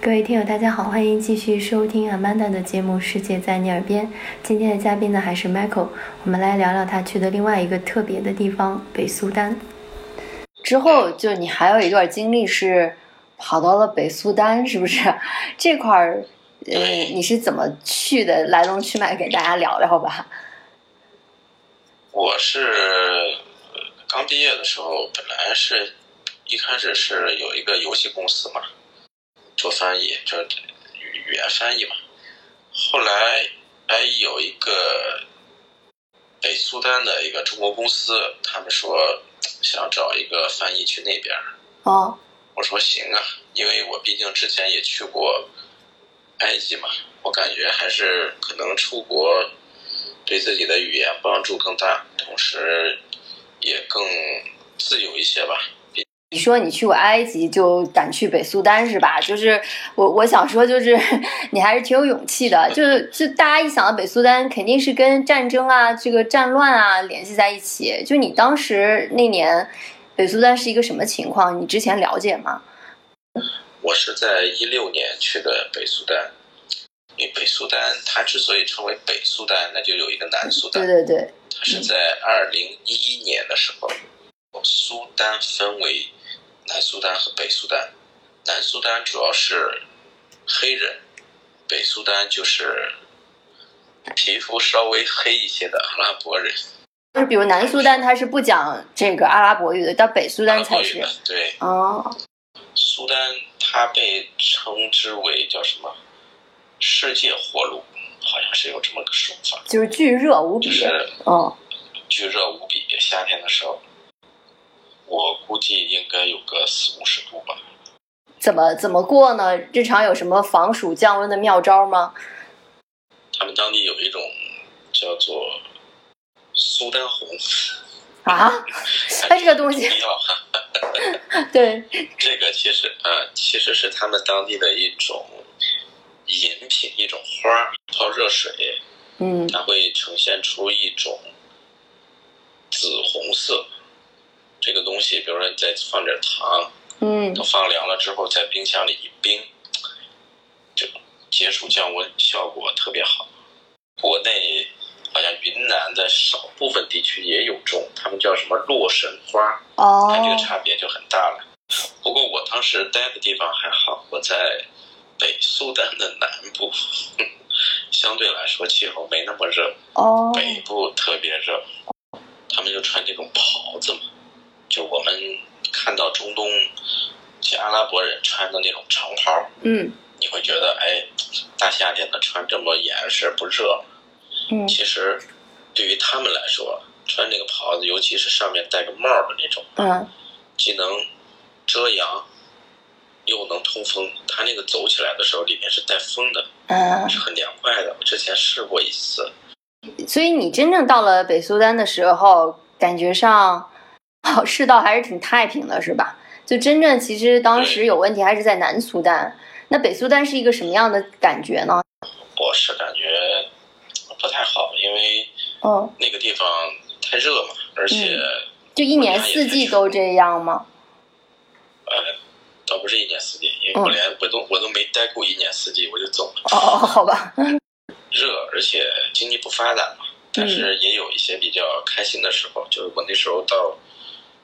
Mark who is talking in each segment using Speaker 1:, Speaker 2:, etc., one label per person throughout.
Speaker 1: 各位听友，大家好，欢迎继续收听 Amanda 的节目《世界在你耳边》。今天的嘉宾呢还是 Michael，我们来聊聊他去的另外一个特别的地方——北苏丹。
Speaker 2: 之后就你还有一段经历是跑到了北苏丹，是不是？这块儿，呃，你是怎么去的？来龙去脉给大家聊聊吧。
Speaker 3: 我是呃刚毕业的时候，本来是一开始是有一个游戏公司嘛，做翻译，就语语言翻译嘛。后来哎有一个北苏丹的一个中国公司，他们说想找一个翻译去那边儿。
Speaker 2: 哦，
Speaker 3: 我说行啊，因为我毕竟之前也去过埃及嘛，我感觉还是可能出国对自己的语言帮助更大，同时也更自由一些吧。
Speaker 2: 你说你去过埃及，就敢去北苏丹是吧？就是我我想说，就是 你还是挺有勇气的。就是就大家一想到北苏丹，肯定是跟战争啊、这个战乱啊联系在一起。就你当时那年北苏丹是一个什么情况？你之前了解吗？
Speaker 3: 我是在一六年去的北苏丹，因为北苏丹它之所以称为北苏丹，那就有一个南苏丹
Speaker 2: 对。对对，
Speaker 3: 它
Speaker 2: 嗯
Speaker 3: 是在二零一一年的时候，苏丹分为南苏丹和北苏丹。南苏丹主要是黑人，北苏丹就是皮肤稍微黑一些的阿拉伯人。
Speaker 2: 就是比如南苏丹它是不讲这个阿拉伯语的，但北苏
Speaker 3: 阿
Speaker 2: 丹
Speaker 3: 拉伯
Speaker 2: 才
Speaker 3: 语
Speaker 2: 是
Speaker 3: 的。对，
Speaker 2: 哦，
Speaker 3: 苏丹它被称之为叫什么？世界火炉，好像是有这么个说法，
Speaker 2: 就是巨热无比
Speaker 3: 就。是
Speaker 2: 哦，
Speaker 3: 巨热无比，夏天的时候，我估计应该有个四五十度吧。
Speaker 2: 怎么怎么过呢？日常有什么防暑降温的妙招吗？
Speaker 3: 他们当地有一种叫做苏 丹红，
Speaker 2: 啊， 哎，这个东西，
Speaker 3: 药，
Speaker 2: 对，
Speaker 3: 这个其实啊，其实是他们当地的一种饮品，一种花儿，泡热水，
Speaker 2: 嗯，
Speaker 3: 它会呈现出一种紫红色。这个东西，比如说你再放点糖，
Speaker 2: 嗯
Speaker 3: 等放凉了之后，在冰箱里一冰，就解暑降温，效果特别好。国内好像云南的少部分地区也有种，他们叫什么洛神花，它这
Speaker 2: 哦
Speaker 3: 个，差别就很大了。不过我当时待的地方还好，我在北苏丹的南部，相对来说气候没那么热，
Speaker 2: 哦，
Speaker 3: 北部特别热，他们就穿这种袍子嘛，就我们看到中东一些阿拉伯人穿的那种长袍，
Speaker 2: 嗯
Speaker 3: 你会觉得哎，大夏天的穿这么严实不热吗？
Speaker 2: 嗯，
Speaker 3: 其实对于他们来说，穿这个袍子，尤其是上面戴个帽儿的那种，
Speaker 2: 嗯，
Speaker 3: 既能遮阳，又能通风。它那个走起来的时候，里面是带风的，
Speaker 2: 嗯，
Speaker 3: 是很凉快的。我之前试过一次，
Speaker 2: 所以你真正到了北苏丹的时候，感觉上，哦，世道还是挺太平的，是吧？就真正其实当时有问题还是在南苏丹，那北苏丹是一个什么样的感觉呢？
Speaker 3: 我是感觉不太好，因为
Speaker 2: 哦，
Speaker 3: 那个地方太热嘛，而且、
Speaker 2: 就一年四季都这样吗？
Speaker 3: 呃，倒不是一年四季，因为
Speaker 2: 嗯
Speaker 3: 我连我都我都没待过一年四季，我就走了。
Speaker 2: 哦哦，好吧，
Speaker 3: 热，而且经济不发达嘛，但是也有一些比较开心的时候，就是我那时候到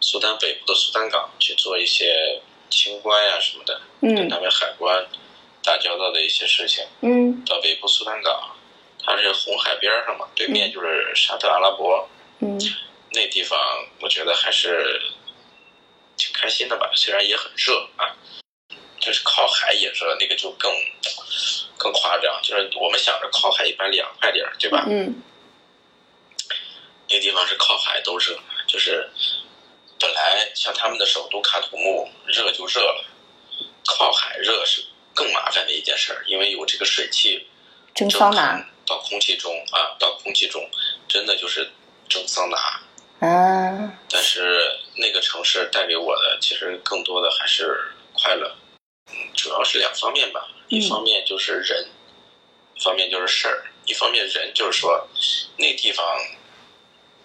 Speaker 3: 苏丹北部的苏丹港去做一些清关呀、什么的，跟
Speaker 2: 嗯
Speaker 3: 他们海关打交道的一些事情。
Speaker 2: 嗯
Speaker 3: 到北部苏丹港，它是红海边上嘛，对面就是沙特阿拉伯，
Speaker 2: 嗯
Speaker 3: 那地方我觉得还是挺开心的吧，虽然也很热啊，就是靠海也热，那个就更更夸张，就是我们想着靠海一般凉快点儿，对吧？
Speaker 2: 嗯
Speaker 3: 那地方是靠海都热，就是本来像他们的首都喀土穆热就热了，靠海热是更麻烦的一件事儿，因为有这个水汽
Speaker 2: 蒸
Speaker 3: 蒸
Speaker 2: 桑拿
Speaker 3: 腾到空气中啊，到空气中真的就是蒸桑拿。
Speaker 2: 啊，
Speaker 3: 但是那个城市带给我的，其实更多的还是快乐。嗯，主要是两方面吧，
Speaker 2: 嗯
Speaker 3: 一方面就是人，一方面就是事儿。一方面人就是说，那地方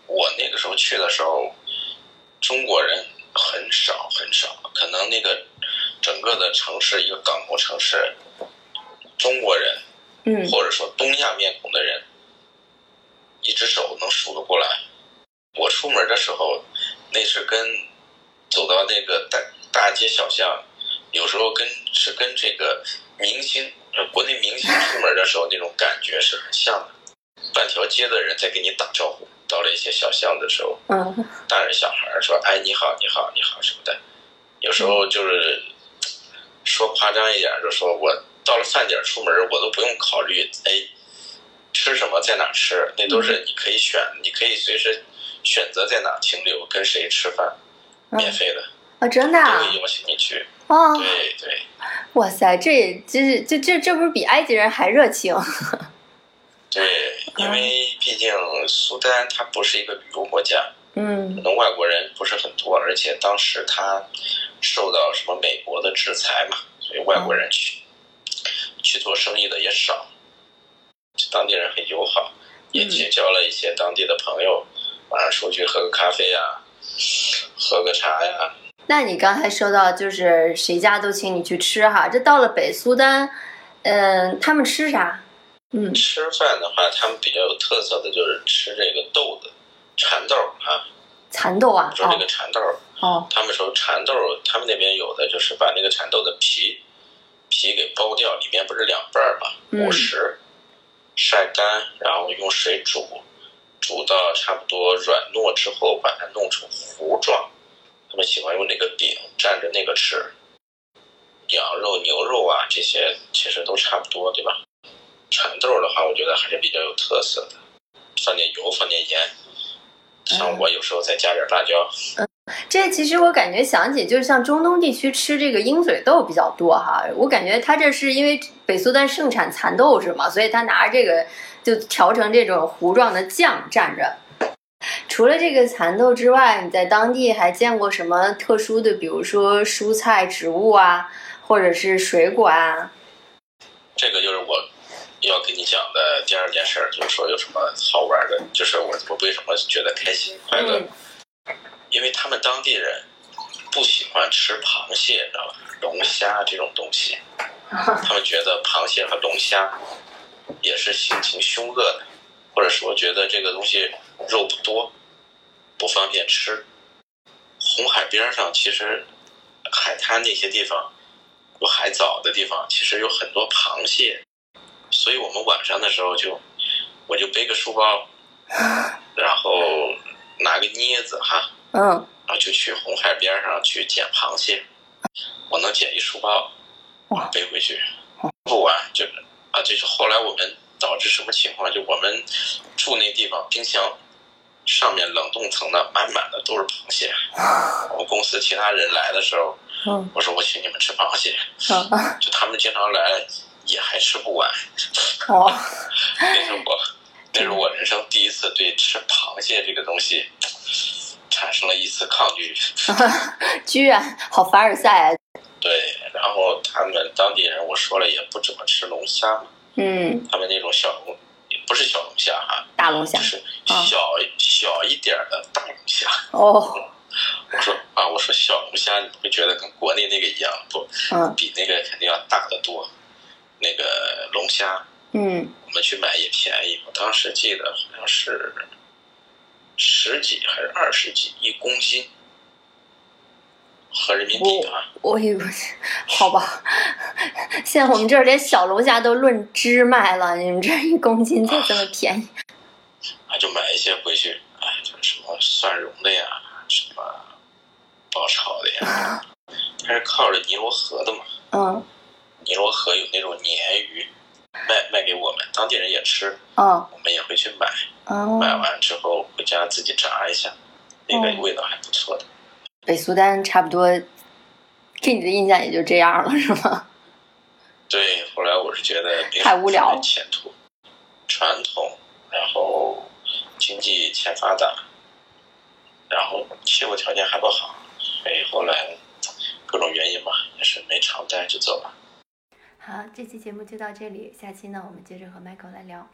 Speaker 3: 我那个时候去的时候，中国人很少很少，可能那个整个的城市一个港口城市，中国人
Speaker 2: 嗯
Speaker 3: 或者说东亚面孔的人，一只手能数得过来。我出门的时候，那是跟走到那个大大街小巷，有时候跟是跟这个明星，呃国内明星出门的时候那种感觉是很像的。半条街的人在跟你打招呼，到了一些小巷的时候，
Speaker 2: 嗯
Speaker 3: 大人小孩儿说：“哎，你好，你好，你好什么的。”有时候就是说夸张一点儿，就说我到了饭点儿出门儿，我都不用考虑哎吃什么，在哪儿吃，那都是你可以选，
Speaker 2: 嗯
Speaker 3: 你可以随时选择在哪儿停留，跟谁吃饭，
Speaker 2: 嗯
Speaker 3: 免费的
Speaker 2: 啊，真的
Speaker 3: 都
Speaker 2: 啊
Speaker 3: 会邀请你去。
Speaker 2: 哦，
Speaker 3: 对对，
Speaker 2: 哇塞，这也就是这这这不是比埃及人还热情？
Speaker 3: 对，
Speaker 2: 嗯
Speaker 3: 因为毕竟苏丹它不是一个旅游国家，可
Speaker 2: 嗯
Speaker 3: 能外国人不是很多，而且当时他受到什么美国的制裁嘛，所以外国人去、去做生意的也少，当地人很友好，也
Speaker 2: 嗯
Speaker 3: 结交了一些当地的朋友，晚上出去喝个咖啡呀、喝个茶呀、
Speaker 2: 那你刚才说到就是谁家都请你去吃哈，这到了北苏丹，嗯，他们吃啥？嗯
Speaker 3: 吃饭的话，他们比较有特色的就是吃这个豆子，蚕豆儿啊，
Speaker 2: 蚕豆啊
Speaker 3: 我，说这个蚕豆儿，
Speaker 2: 哦
Speaker 3: 他们说蚕豆儿，他们那边有的就是把那个蚕豆的皮皮给剥掉，里面不是两半儿嘛，
Speaker 2: 嗯
Speaker 3: 五十、晒干，然后用水煮，煮到差不多软糯之后，把它弄成糊状。他们喜欢用那个饼蘸着那个吃。羊肉、牛肉啊，这些其实都差不多，对吧？蚕豆儿的话，我觉得还是比较有特色的，放点油，放点盐。像我有时候再加点辣椒，
Speaker 2: 哦，这其实我感觉想起就是像中东地区吃这个鹰嘴豆比较多哈，我感觉他这是因为北苏丹盛产蚕豆是吗？所以他拿着这个就调成这种糊状的酱蘸着。除了这个蚕豆之外，你在当地还见过什么特殊的，比如说蔬菜、植物啊，或者是水果啊？
Speaker 3: 这个就是我要跟你讲的第二件事儿，就是说有什么好玩的，就是我我为什么觉得开心快乐，
Speaker 2: 嗯
Speaker 3: 因为他们当地人不喜欢吃螃蟹，知道吧？龙虾这种东西，他们觉得螃蟹和龙虾也是性情凶恶的，或者说觉得这个东西肉不多，不方便吃。红海边上其实海滩那些地方有海藻的地方，其实有很多螃蟹，所以我们晚上的时候就我就背个书包，然后拿个镊子哈，
Speaker 2: 嗯，
Speaker 3: 然啊后就去红海边上去捡螃蟹，我能捡一书包
Speaker 2: 哇，
Speaker 3: 背回去，不完就是啊，就是后来我们导致什么情况？就我们住那地方，冰箱上面冷冻层的满满的都是螃蟹。我们公司其他人来的时候，
Speaker 2: 啊嗯
Speaker 3: 我说我请你们吃螃蟹，
Speaker 2: 好
Speaker 3: 就他们经常来也还吃不完。
Speaker 2: 哦，
Speaker 3: 那是我，那是我人生第一次对吃螃蟹这个东西产生了一丝抗拒。
Speaker 2: 居然好凡尔赛、啊，
Speaker 3: 对，然后他们当地人，我说了也不怎么吃龙虾嘛，
Speaker 2: 嗯，
Speaker 3: 他们那种小龙，不是小龙虾哈、
Speaker 2: 大龙虾
Speaker 3: 就，是
Speaker 2: 啊
Speaker 3: 小、小一点儿的大龙虾。
Speaker 2: 哦，
Speaker 3: 我说啊，我说小龙虾，你会觉得跟国内那个一样不？
Speaker 2: 嗯
Speaker 3: 比那个肯定要大得多。那个龙虾，
Speaker 2: 嗯，
Speaker 3: 我们去买也便宜，我当时记得好像是十几还是二十几一公斤，合人民
Speaker 2: 哦
Speaker 3: 币啊。
Speaker 2: 我以为，好吧， 现在我们这儿连小龙虾都论只卖了，你们这儿一公斤才这么便宜，
Speaker 3: 啊，就买一些回去，哎，就是什么蒜蓉的呀，什么爆炒的呀，它是靠着尼罗河的嘛，
Speaker 2: 嗯
Speaker 3: 尼罗河有那种鲶鱼，卖卖给我们，当地人也吃，
Speaker 2: 哦
Speaker 3: 我们也会去买，买
Speaker 2: 哦，
Speaker 3: 完之后回家自己炸一下，那个
Speaker 2: 哦
Speaker 3: 味道还不错的。
Speaker 2: 北苏丹差不多，给你的印象也就这样了，是吗？
Speaker 3: 对，后来我是觉得没有
Speaker 2: 太无聊了
Speaker 3: 前途，传统，然后经济欠发达，然后气候条件还不好，所以后来各种原因吧，也是没常待就走了。
Speaker 1: 好，这期节目就到这里，下期呢我们接着和 Michael 来聊。